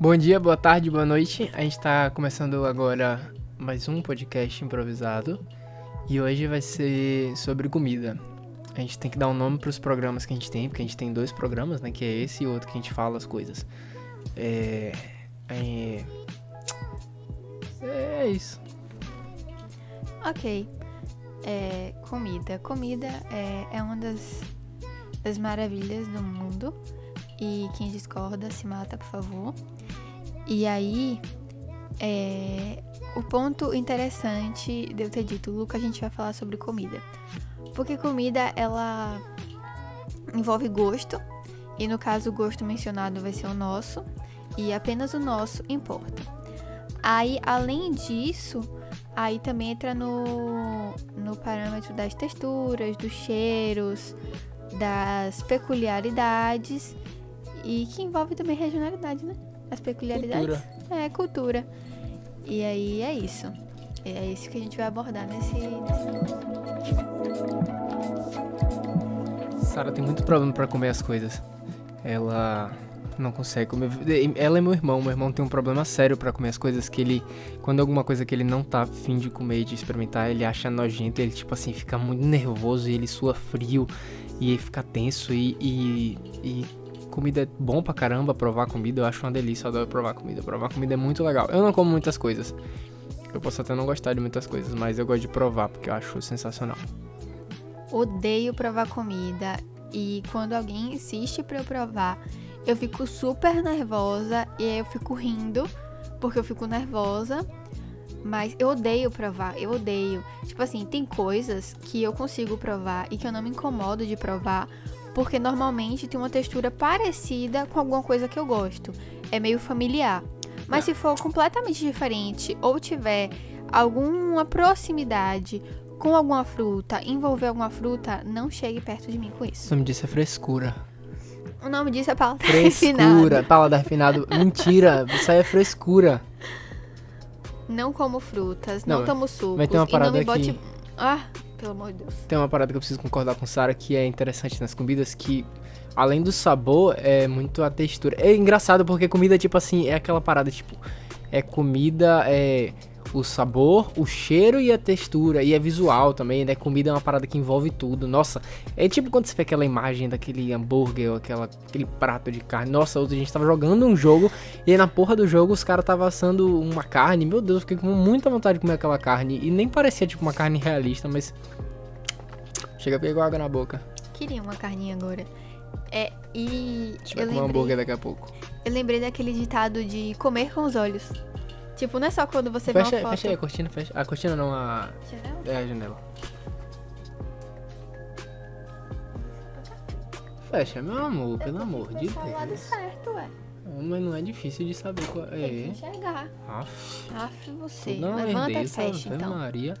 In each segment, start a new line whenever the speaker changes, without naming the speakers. Bom dia, boa tarde, boa noite. A gente está começando agora mais um podcast improvisado e hoje vai ser sobre comida. A gente tem que dar um nome para os programas que a gente tem, porque a gente tem dois programas, né? Que é esse e outro que a gente fala as coisas. É, é, é isso.
Ok. É, comida. Comida é, é uma das, das maravilhas do mundo. E quem discorda se mata, por favor. E aí, é, o ponto interessante de eu ter dito, Luca, a gente vai falar sobre comida. Porque comida, ela envolve gosto. E no caso, o gosto mencionado vai ser o nosso. E apenas o nosso importa. Aí, além disso, aí também entra no, no parâmetro das texturas, dos cheiros, das peculiaridades e que envolve também regionalidade, né? As peculiaridades. É, cultura. E aí é isso. É isso que a gente vai abordar nesse. nesse...
Sara tem muito problema para comer as coisas. Ela não consegue comer. Ela é meu irmão. Meu irmão tem um problema sério para comer as coisas que ele, quando alguma coisa que ele não tá afim de comer, de experimentar, ele acha nojento. Ele tipo assim fica muito nervoso e ele sua frio e ele fica tenso e, e, e comida é bom pra caramba. Provar comida eu acho uma delícia. Eu adoro provar comida. Provar comida é muito legal. Eu não como muitas coisas. Eu posso até não gostar de muitas coisas, mas eu gosto de provar porque eu acho sensacional.
Odeio provar comida. E quando alguém insiste pra eu provar, eu fico super nervosa e aí eu fico rindo, porque eu fico nervosa. Mas eu odeio provar, eu odeio. Tipo assim, tem coisas que eu consigo provar e que eu não me incomodo de provar, porque normalmente tem uma textura parecida com alguma coisa que eu gosto. É meio familiar. Mas se for completamente diferente ou tiver alguma proximidade com alguma fruta, envolver alguma fruta, não chegue perto de mim com
O
isso.
nome disso é frescura.
O nome disso é palavra
Frescura. Paladar refinado. Mentira. Isso aí é frescura.
Não como frutas, não,
Não,
tomo sucos
mas tem uma
e não
parada
me bote.
que-
Ah, pelo amor de Deus.
Tem uma parada que eu preciso concordar com Sara que é interessante nas comidas que além do sabor é muito a textura. É engraçado porque comida tipo assim é aquela parada tipo é comida é o sabor, o cheiro e a textura e é visual também, né? Comida é uma parada que envolve tudo. Nossa, é tipo quando você vê aquela imagem daquele hambúrguer ou aquela, aquele prato de carne. Nossa, outro dia a gente tava jogando um jogo e aí na porra do jogo os caras tava assando uma carne. Meu Deus, eu fiquei com muita vontade de comer aquela carne e nem parecia tipo uma carne realista, mas Chega, pegou água na boca.
Queria uma carninha agora. É, e
A gente
eu
vai comer um
lembrei,
hambúrguer daqui a pouco.
eu lembrei daquele ditado de comer com os olhos. Tipo, não é só quando você
fecha,
vê uma
fecha aí a
foto.
cortina, fecha. A cortina não, a.
Fecha
É a janela. Fecha, meu amor, pelo amor de
o lado
Deus.
certo, ué.
Mas não é difícil de saber qual
Tem que
é.
enxergar.
Aff,
Aff, você.
não
Levanta e
herdeça,
fecha,
Ave
então.
Maria.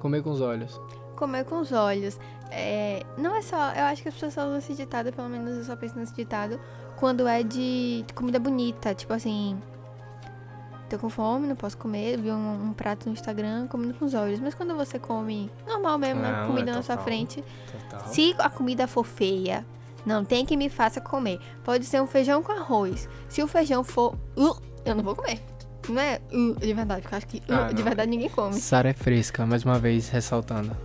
Comer com os olhos.
Comer com os olhos. É, não é só. Eu acho que as pessoas só usam esse ditado, pelo menos eu só penso nesse ditado, quando é de comida bonita. Tipo assim. Tô com fome, não posso comer. Vi um, um prato no Instagram comendo com os olhos. Mas quando você come normal mesmo,
Não,
né?
é
comida na sua
total.
frente.
Total.
Se a comida for feia, não tem que me faça comer. Pode ser um feijão com arroz. Se o feijão for. "Uh", eu não vou comer. Não é "Uh", de verdade, porque eu acho que "Uh",
Ah,
de
não.
verdade ninguém come.
Sara é fresca, mais uma vez, ressaltando.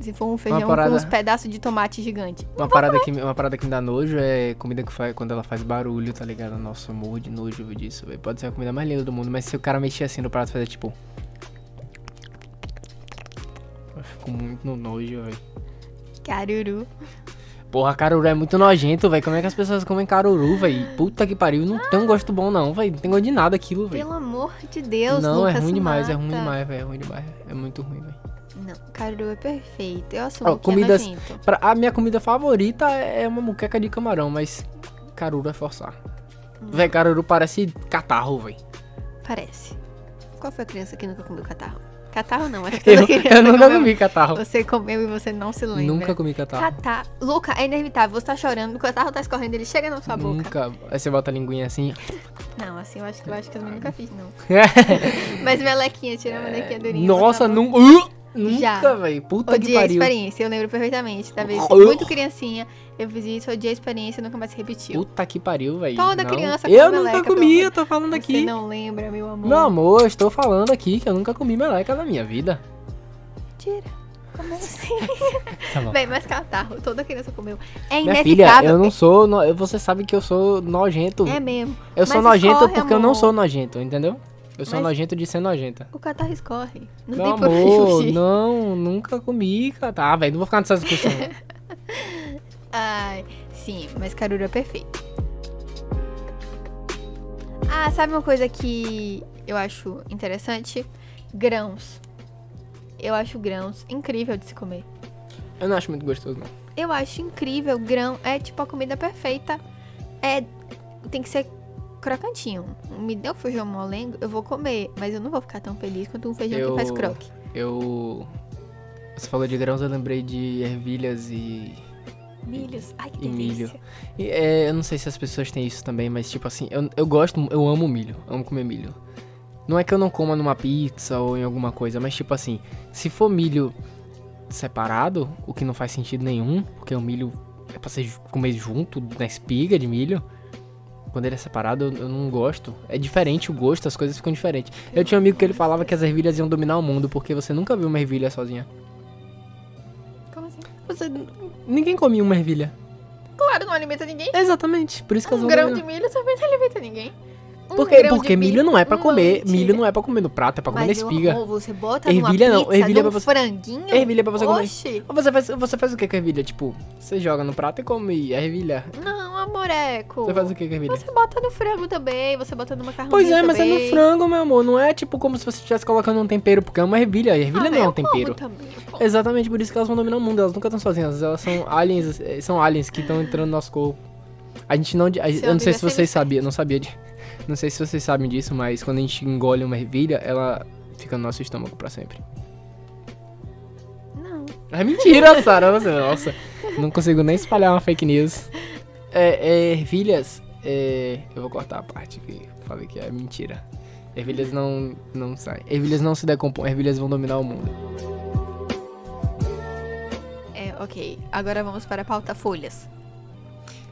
Se for um feijão
parada-
com uns pedaços de tomate gigante.
Uma parada, que, uma parada que me dá nojo é comida que faz quando ela faz barulho, tá ligado? Nossa, eu morro de nojo disso, velho. Pode ser a comida mais linda do mundo, mas se o cara mexer assim no prato e fazer tipo. Eu fico muito no nojo, velho.
Caruru.
Porra, caruru é muito nojento, velho. Como é que as pessoas comem caruru, velho? Puta que pariu, não tem um gosto bom, não, velho. Não tem gosto de nada aquilo, velho.
Pelo amor de Deus,
Não, é
Lucas,
ruim
se
demais, é
mata.
ruim demais, velho. É ruim demais. É muito ruim, velho.
Não, caruru é perfeito. Eu assumo
Ó,
que
comidas-
é nojento.
Pra- A minha comida favorita é uma muqueca de camarão, mas caruru é forçar.
Hum.
Véi, caruru parece catarro, véi.
Parece. Qual foi a criança que nunca comeu catarro? Catarro não, acho que
Eu,
toda criança
eu nunca
comeu.
comi catarro.
Você comeu e você não se lembra.
Nunca comi catarro.
Catar... Luca, é inevitável. Você tá chorando, o catarro tá escorrendo, ele chega na sua boca.
Nunca. Aí você bota a linguinha assim.
Não, assim, eu acho que eu acho que eu nunca fiz, não. Mas melequinha, tira a melequinha durinha.
É. Nossa,
bota na boca.
nunca. Uh!
tá Já.
Nunca, velho. Puta que
Odiei a
pariu.
experiência, eu lembro perfeitamente. Da vez
Oh.
muito criancinha, eu fiz isso, odiei a experiência e nunca mais se repetiu.
Puta que pariu, velho.
Toda criança
Eu
come meleca,
nunca
pelo
comi,
amor-
eu tô falando
Você
aqui.
não lembra, meu amor?
Meu amor, eu estou falando aqui que eu nunca comi meleca na minha vida.
Mentira. Como assim?
Tá bom.
Bem, mas catarro, toda criança comeu. É
Minha filha, eu
inevitável.
não sou. no- Você sabe que eu sou nojento.
É mesmo.
eu sou
mas
nojento
escorre,
porque eu não
amor.
sou nojento, entendeu? Eu sou
Mas-
nojento de ser nojenta.
O catarro escorre. Não
Meu
tem por onde
amor,
fugir.
não, nunca comi, cara. Tá, velho, não vou ficar nessa discussão.
Ai, sim, mas Caruru é perfeito. Ah, sabe uma coisa que eu acho interessante? Grãos. Eu acho grãos incrível de se comer.
eu não acho muito gostoso, não.
Eu acho incrível, grão é tipo a comida perfeita. É tem que ser crocantinho. Me deu feijão molengo, eu vou comer, mas eu não vou ficar tão feliz quanto um feijão
Eu-
que faz croque.
Eu. Você falou de grãos, eu lembrei de ervilhas e.
Milhos, ai que
E milho.
delícia.
e, é, eu não sei se as pessoas têm isso também, mas tipo assim, eu, eu gosto, eu amo milho, amo comer milho. Não é que eu não coma numa pizza ou em alguma coisa, mas tipo assim, se for milho separado, o que não faz sentido nenhum, porque o milho é pra ser ju- comer junto na espiga de milho. Quando ele é separado, eu, eu não gosto. É diferente o gosto, as coisas ficam diferentes. Eu tinha um amigo que ele falava que as ervilhas iam dominar o mundo, porque você nunca viu uma ervilha sozinha.
Como assim?
Você, ninguém comia uma ervilha.
Claro, não alimenta ninguém.
Exatamente, por isso que elas
Um
vão
grão
dominar.
de milho também não alimenta ninguém. Um
Porque,
grão de
porque milho não é pra
Não,
comer,
mentira.
milho não é pra comer no prato, é pra comer
Mas
na
eu
espiga.
amo, você bota
Ervilha
numa
não,
pizza,
ervilha
num
pra você-
franguinho.
Ervilha é pra você comer.
Oxi.
Você faz, você faz o que com ervilha? Tipo, você joga no prato e come ervilha.
Não, amoreco.
Você faz o que com ervilha?
Você bota no frango também, você bota no macarrão
Pois é, mas é
também.
no frango, meu amor. Não é tipo como se você estivesse colocando um tempero, porque é uma ervilha. Ervilha
Ah,
não é
eu
um tempero.
Como também, eu como.
Exatamente por isso que elas vão dominar o mundo. Elas nunca estão sozinhas. Elas são aliens, eh, são aliens que estão entrando no nosso corpo. A gente não. a- eu não sei
amigo é
se vocês
sem
sabiam, não sabia de. Não sei se vocês sabem disso, mas quando a gente engole uma ervilha, ela fica no nosso estômago pra sempre.
Não.
É mentira, Sara. Você, nossa, não consigo nem espalhar uma fake news. É, é, ervilhas, é, eu vou cortar a parte que eu falei que é mentira. Ervilhas não, não saem. Ervilhas não se decompõem, ervilhas vão dominar o mundo.
É, ok. Agora vamos para a pauta folhas.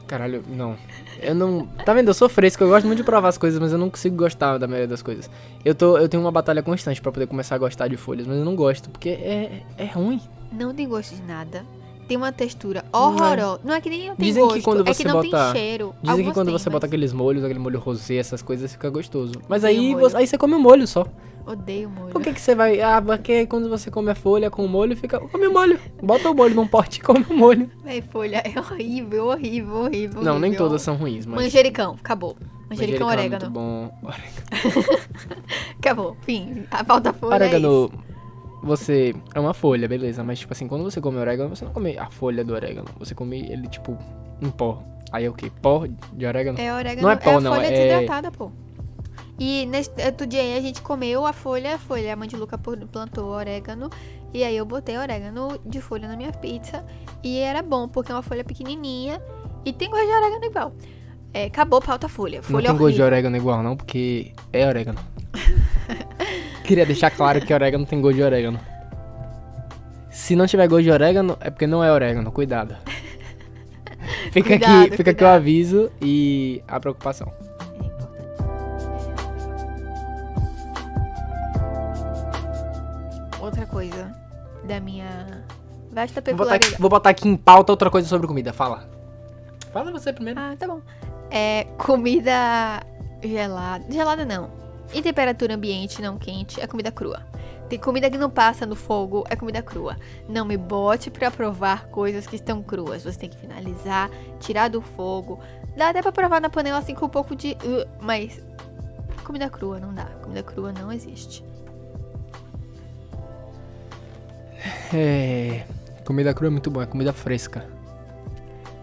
Caralho, não. Eu não. Tá vendo? Eu sou fresco, eu gosto muito de provar as coisas, mas eu não consigo gostar da maioria das coisas. Eu, tô, eu tenho uma batalha constante pra poder começar a gostar de folhas, mas eu não gosto, porque é, é ruim.
Não tem gosto de nada. Tem uma textura horrorosa. Não é, que nem não tem
Dizem que
gosto,
quando
é
você
que não
bota-
tem cheiro.
Dizem que
Algumas
quando
têm,
você bota aqueles molhos, aquele molho rosé, essas coisas, fica gostoso. Mas
Odeio
aí
um molho.
você, aí você come o molho só.
mas Odeio molho.
Por que, que você vai. Ah, porque quando você come a folha com o molho, fica. Come o molho. Bota o molho num pote e come o molho.
Véi, folha é horrível, horrível, horrível.
Não, nem
horrível.
todas são ruins, mas.
Manjericão, acabou. Manjericão,
é
orégano.
Muito bom. Orégano.
Acabou. Fim. A pauta folha é isso.
Orégano, Você. É uma folha, beleza. Mas, tipo assim, quando você come orégano, você não come a folha do orégano. Você come ele, tipo, em pó. Aí é o quê? Pó de orégano?
É orégano.
Não é pó,
a
não,
folha
é-
desidratada, pô. E nesse outro dia aí a gente comeu a folha, a folha, a mandiluca por- plantou orégano. E aí eu botei orégano de folha na minha pizza. E era bom, porque é uma folha pequenininha. E tem gosto de orégano igual. É, acabou a pauta folha.
não
Folha
tem gosto de
horrível.
orégano igual, não, porque é orégano. Queria deixar claro que orégano tem gosto de orégano. Se não tiver gosto de orégano, é porque não é orégano, cuidado. Fica
Cuidado,
aqui, fica aqui o
cuidado.
aviso e a preocupação.
É importante. Outra coisa da minha vasta
Vou botar,
peculiaridade.
aqui, vou botar aqui em pauta outra coisa sobre comida, fala. Fala você primeiro.
Ah, tá bom. É, comida gelada. Gelada não. Em temperatura ambiente, não quente, é comida crua. Tem comida que não passa no fogo, é comida crua. Não me bote pra provar coisas que estão cruas. Você tem que finalizar, tirar do fogo. Dá até pra provar na panela assim com um pouco de. uh, Mas. Comida crua não dá. Comida crua não existe.
É. Comida crua é muito bom, é comida fresca.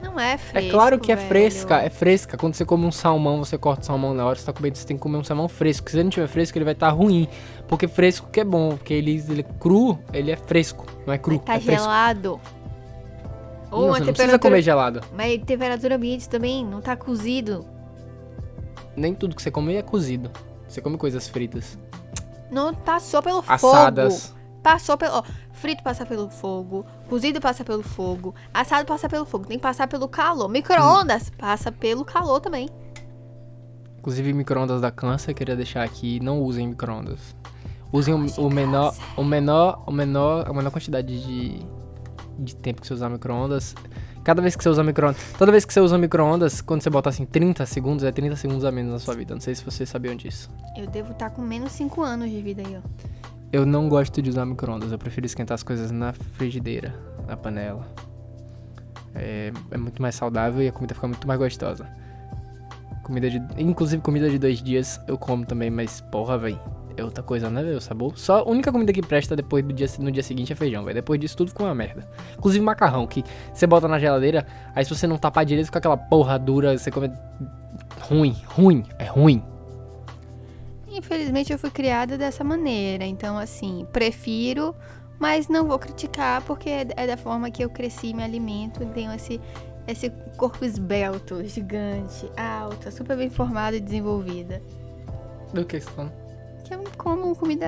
Não é fresco.
é claro que é
velho.
fresca, é fresca. Quando você come um salmão, você corta o salmão na hora, você tá comendo, você tem que comer um salmão fresco. Se ele não tiver fresco, ele vai estar ruim. Porque fresco que é bom, porque ele, ele é cru, ele é fresco, não é cru,
Mas tá
é fresco.
gelado. Ou
não, você
uma
não precisa
temperatura.
comer gelado.
Mas temperatura ambiente também não tá cozido.
Nem tudo que você come é cozido. Você come coisas fritas,
Não tá só pelo fogo.
assadas.
Passou pelo. Ó, frito passa pelo fogo, cozido passa pelo fogo, assado passa pelo fogo, tem que passar pelo calor. Micro-ondas passa pelo calor também.
Inclusive, micro-ondas da câncer, queria deixar aqui, não usem micro-ondas. Usem o, o menor, o menor, o menor, a menor quantidade de, de tempo que você usar micro-ondas. Cada vez que você usa micro-ondas, toda vez que você usa micro-ondas, quando você botar assim 30 segundos, é 30 segundos a menos na sua vida. Não sei se vocês sabiam disso.
Eu devo estar com menos 5 anos de vida aí, ó.
Eu não gosto de usar micro-ondas, eu prefiro esquentar as coisas na frigideira, na panela. É, é muito mais saudável e a comida fica muito mais gostosa. Comida de. Inclusive comida de dois dias eu como também, mas porra, véi. É outra coisa, né, velho? O sabor. Só a única comida que presta depois do dia, no dia seguinte é feijão, velho. Depois disso tudo fica uma merda. Inclusive macarrão, que você bota na geladeira, aí se você não tapar direito, fica aquela porra dura, você come. Ruim, ruim, é ruim.
Infelizmente eu fui criada dessa maneira, então assim, prefiro, mas não vou criticar porque é é da forma que eu cresci, me alimento, tenho esse esse corpo esbelto, gigante, alta, super bem formada e desenvolvida.
Do que você tá falando?
Que eu não como comida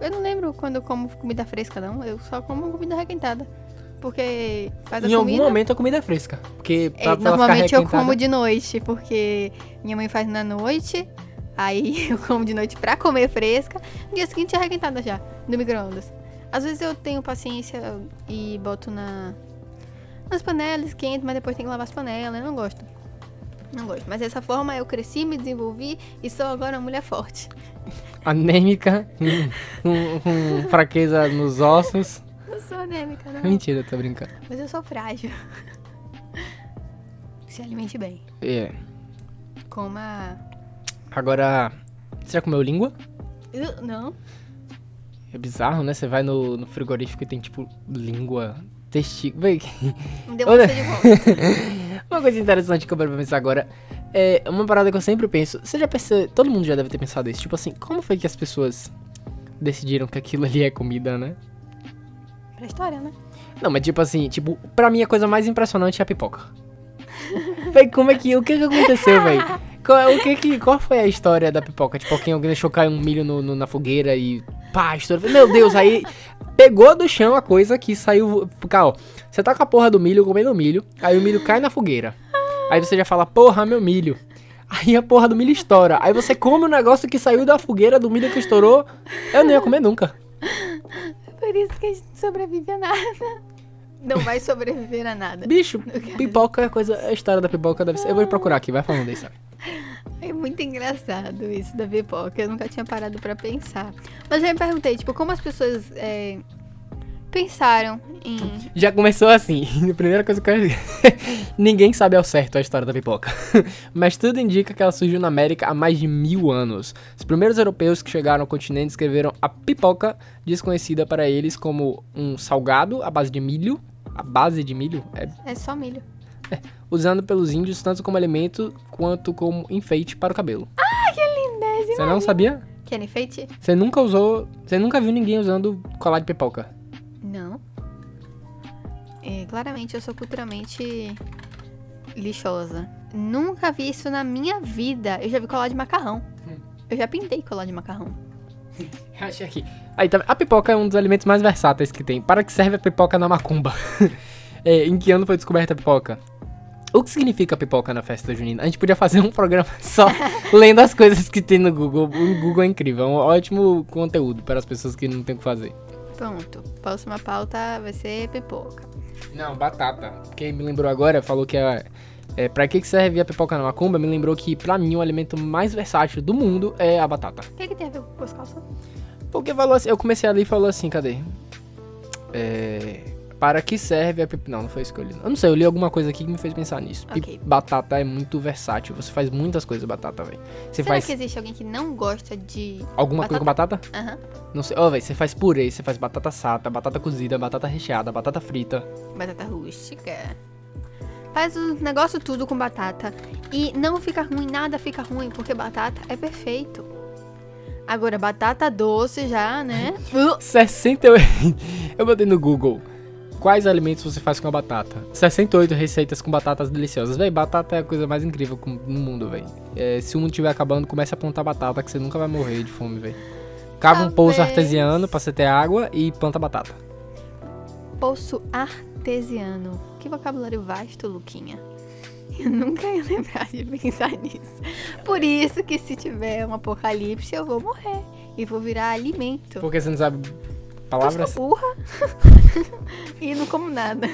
Eu não lembro quando eu como comida fresca não, eu só como comida requentada. Porque faz a
Em algum
comida
momento a comida é fresca. Porque pra,
É,
pra ela
normalmente
ficar
eu como
requentada-
de noite, porque minha mãe faz na noite, aí eu como de noite pra comer fresca, no dia seguinte é arrequentada já, no micro-ondas. Às vezes eu tenho paciência e boto na nas panelas, quente, mas depois tem que lavar as panelas, eu não gosto. Não gosto, mas dessa forma eu cresci, me desenvolvi e sou agora uma mulher forte.
anêmica, com, com fraqueza nos ossos. É
Não sou anêmica, não,
Mentira, tô brincando.
mas eu sou frágil. Se alimente bem.
É.
Coma.
Agora, você já comeu língua?
Uh, Não,
É bizarro, né? Você vai no, no frigorífico e tem, tipo, língua, testículo. Véi,
me deu
Olha-
uma de volta.
uma coisa interessante que eu quero pensar agora é uma parada que eu sempre penso. Você já percebeu? Todo mundo já deve ter pensado isso. Tipo assim, como foi que as pessoas decidiram que aquilo ali é comida, né?
Pra história, né?
Não, mas tipo assim, tipo, pra mim a coisa mais impressionante é a pipoca. Véi, como é que. O que que aconteceu, véi? Qual, o que que, qual foi a história da pipoca? Tipo, alguém, alguém deixou cair um milho no- no- na fogueira e. Pá, estourou. Meu Deus, aí pegou do chão a coisa que saiu. vo- Cara, ó, você tá com a porra do milho comendo milho, aí o milho cai na fogueira. Aí você já fala, porra, meu milho. Aí a porra do milho estoura. Aí você come o negócio que saiu da fogueira do milho que estourou. Eu não ia comer nunca.
É Por isso que a gente não sobrevive a nada. Não vai sobreviver a nada.
Bicho,
caso.
pipoca é coisa. A história da pipoca deve ser. Eu vou procurar aqui, vai falando aí, sabe?
É muito engraçado isso da pipoca. Eu nunca tinha parado pra pensar. Mas eu me perguntei, tipo, como as pessoas é, pensaram em.
Já começou assim. A primeira coisa que eu. Ninguém sabe ao certo a história da pipoca. Mas tudo indica que ela surgiu na América há mais de mil anos. Os primeiros europeus que chegaram ao continente escreveram a pipoca, desconhecida para eles como um salgado à base de milho. A base de milho? É,
É só milho.
usando pelos índios tanto como alimento quanto como enfeite para o cabelo. Ah, que lindeza! Você não sabia?
Quer enfeite?
Você nunca usou. Você nunca viu ninguém usando colar de pipoca.
Não. É, claramente eu sou culturalmente lixosa. Nunca vi isso na minha vida. Eu já vi colar de macarrão. Eu já pintei colar de macarrão.
Achei aqui. Aí, tá- a pipoca é um dos alimentos mais versáteis que tem. Para que serve a pipoca na macumba? É, em que ano foi descoberta a pipoca? O que significa pipoca na festa junina? A gente podia fazer um programa só lendo as coisas que tem no Google. O Google é incrível, é um ótimo conteúdo para as pessoas que não tem o que fazer.
Pronto. Próxima pauta vai ser pipoca.
Não, batata. Quem me lembrou agora falou que é. é pra que que serve a pipoca na macumba? Me lembrou que, pra mim, o alimento mais versátil do mundo é a batata.
O que, que tem a ver com as calças?
Porque falou assim, eu comecei ali e falou assim, cadê? É, para que serve a pipoca? Não, não foi escolhido. Eu não sei, eu li alguma coisa aqui que me fez pensar nisso. Pi-
Ok.
Batata é muito versátil, você faz muitas coisas com batata, velho. Você
Será
faz
que existe alguém que não gosta de.
alguma coisa com batata?
Aham.
Não sei. Ó, velho, você faz purê, você faz batata sata, batata cozida, batata recheada, batata frita.
Batata rústica. Faz o negócio tudo com batata. E não fica ruim, nada fica ruim, porque batata é perfeito. Agora, batata doce já, né? Uh,
68. eu botei no Google. Quais alimentos você faz com a batata? 68 receitas com batatas deliciosas. Véi, batata é a coisa mais incrível com- no mundo, véi. É, se o mundo estiver acabando, comece a plantar batata, que você nunca vai morrer de fome, véi. Cava um poço
Talvez.
artesiano pra você ter água e planta batata.
Poço artesiano. Que vocabulário vasto, Luquinha. Eu nunca ia lembrar de pensar nisso. Por isso que se tiver um apocalipse, eu vou morrer. E vou virar alimento.
Porque você não sabe
Eu sou
palavras?
burra. e não como nada.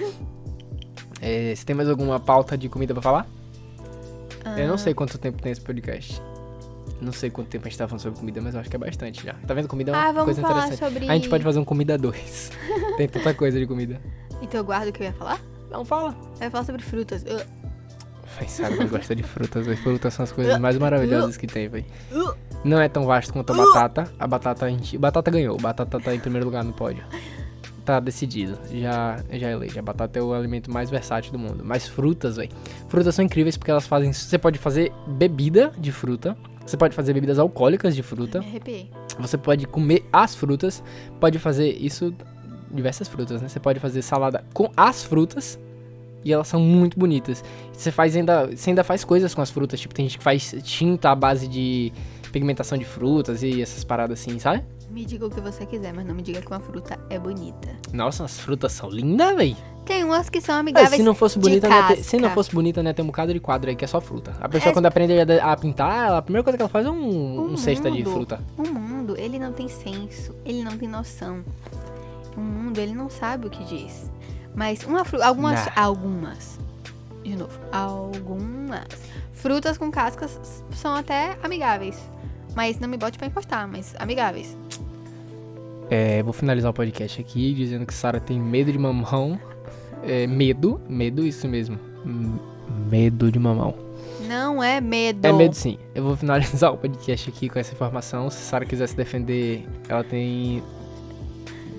É, você tem mais alguma pauta de comida pra falar? Eu
Ah.
não sei quanto tempo tem esse podcast. Não sei quanto tempo a gente tá falando sobre comida, mas eu acho que é bastante já. Tá vendo? Comida é uma
Ah, vamos
coisa
falar
interessante.
sobre...
A gente pode fazer um comida 2. tem tanta coisa de comida.
Então eu guardo o que eu ia falar?
Não fala.
Eu ia falar sobre frutas. Uh,
Vai, sabe, não gosta de frutas. As frutas são as coisas mais maravilhosas que tem, véi.
uh.
Não é tão vasto quanto a batata. A batata a gente, batata ganhou. Batata tá em primeiro lugar no pódio. Tá decidido. Já já é leite. A batata é o alimento mais versátil do mundo. Mas frutas, velho. Frutas são incríveis porque elas fazem, você pode fazer bebida de fruta. Você pode fazer bebidas alcoólicas de fruta.
Me arrepiei.
Você pode comer as frutas, pode fazer isso diversas frutas, né? Você pode fazer salada com as frutas e elas são muito bonitas. Você faz ainda, você ainda faz coisas com as frutas, tipo tem gente que faz tinta à base de pigmentação de frutas e essas paradas assim, sabe?
Me diga o que você quiser, mas não me diga que uma fruta é bonita.
Nossa, as frutas são lindas, véi.
Tem umas que são
Ah,
amigáveis.
se não fosse
de
bonita, né, ter- se
casca.
não fosse bonita, né, tem um bocado de quadro aí que é só fruta. A pessoa
Res-
quando aprende a a pintar, ela- a primeira coisa que ela faz é um, um
Um
cesta de
mundo.
fruta.
O mundo, ele não tem senso, ele não tem noção. O mundo, ele não sabe o que diz. Mas uma fru- algumas,
Nah.
algumas, de novo, algumas frutas com cascas s- são até amigáveis. Mas não me bote pra encostar, mas amigáveis.
É, vou finalizar o podcast aqui dizendo que Sara tem medo de mamão. É, medo, medo, isso mesmo. M- Medo de mamão.
Não é medo.
É medo sim. Eu vou finalizar o podcast aqui com essa informação. Se Sara quiser se defender, ela tem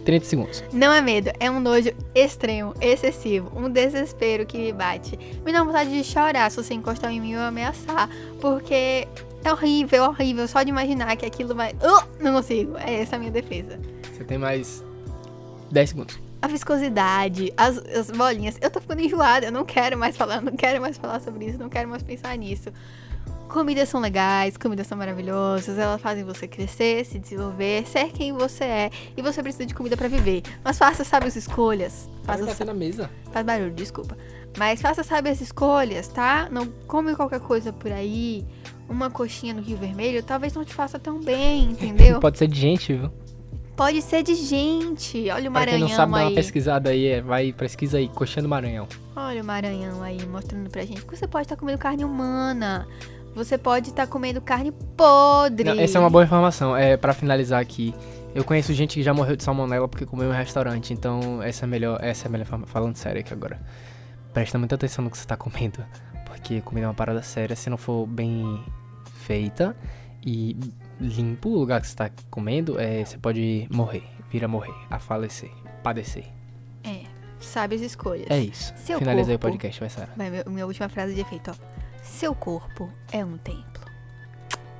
30 segundos.
Não é medo, é um nojo extremo, excessivo, um desespero que me bate. Me dá vontade de chorar se você encostar em mim ou ameaçar, porque é horrível, horrível, só de imaginar que aquilo vai. Ah, não consigo, é essa a minha defesa.
Você tem mais 10 segundos.
A viscosidade, as, as bolinhas, eu tô ficando enjoada, eu não quero mais falar, não quero mais falar sobre isso, não quero mais pensar nisso. Comidas são legais, comidas são maravilhosas, elas fazem você crescer, se desenvolver, ser quem você é, e você precisa de comida pra viver. Mas faça, sabe, as escolhas. Faça,
na mesa.
Faz barulho, desculpa. Mas faça, sabe, as escolhas, tá? Não come qualquer coisa por aí. Uma coxinha no Rio Vermelho talvez não te faça tão bem, entendeu?
Pode ser de gente, viu?
Pode ser de gente. Olha o
Pra quem
Maranhão
não sabe, dá uma
aí.
pesquisada aí. é, vai, pesquisa aí, coxinha do Maranhão.
Olha o Maranhão aí mostrando pra gente que você pode estar comendo carne humana. Você pode estar comendo carne podre.
Não, essa é uma boa informação. É para finalizar aqui. Eu conheço gente que já morreu de salmonela porque comeu em um restaurante. Então, essa é a melhor, essa é a melhor forma. Falando sério aqui agora. Presta muita atenção no que você tá comendo, porque comida é uma parada séria se não for bem feita e limpo o lugar que você tá comendo, é, você pode morrer, vir a morrer, a falecer, padecer.
É, Sabe as escolhas.
É isso.
Seu
Finalizei
corpo.
o podcast, vai Sara.
Vai, meu- minha última frase de efeito, ó. Seu corpo é um templo.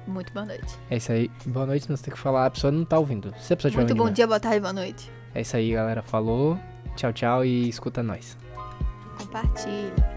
Muito boa noite.
É isso aí. Boa noite, não sei o que falar, a pessoa não tá ouvindo. Se a pessoa tiver
Muito
ouvindo,
bom
né?
dia, boa tarde, boa noite.
É isso aí, galera. Falou. Tchau, tchau e escuta nós.
Compartilha.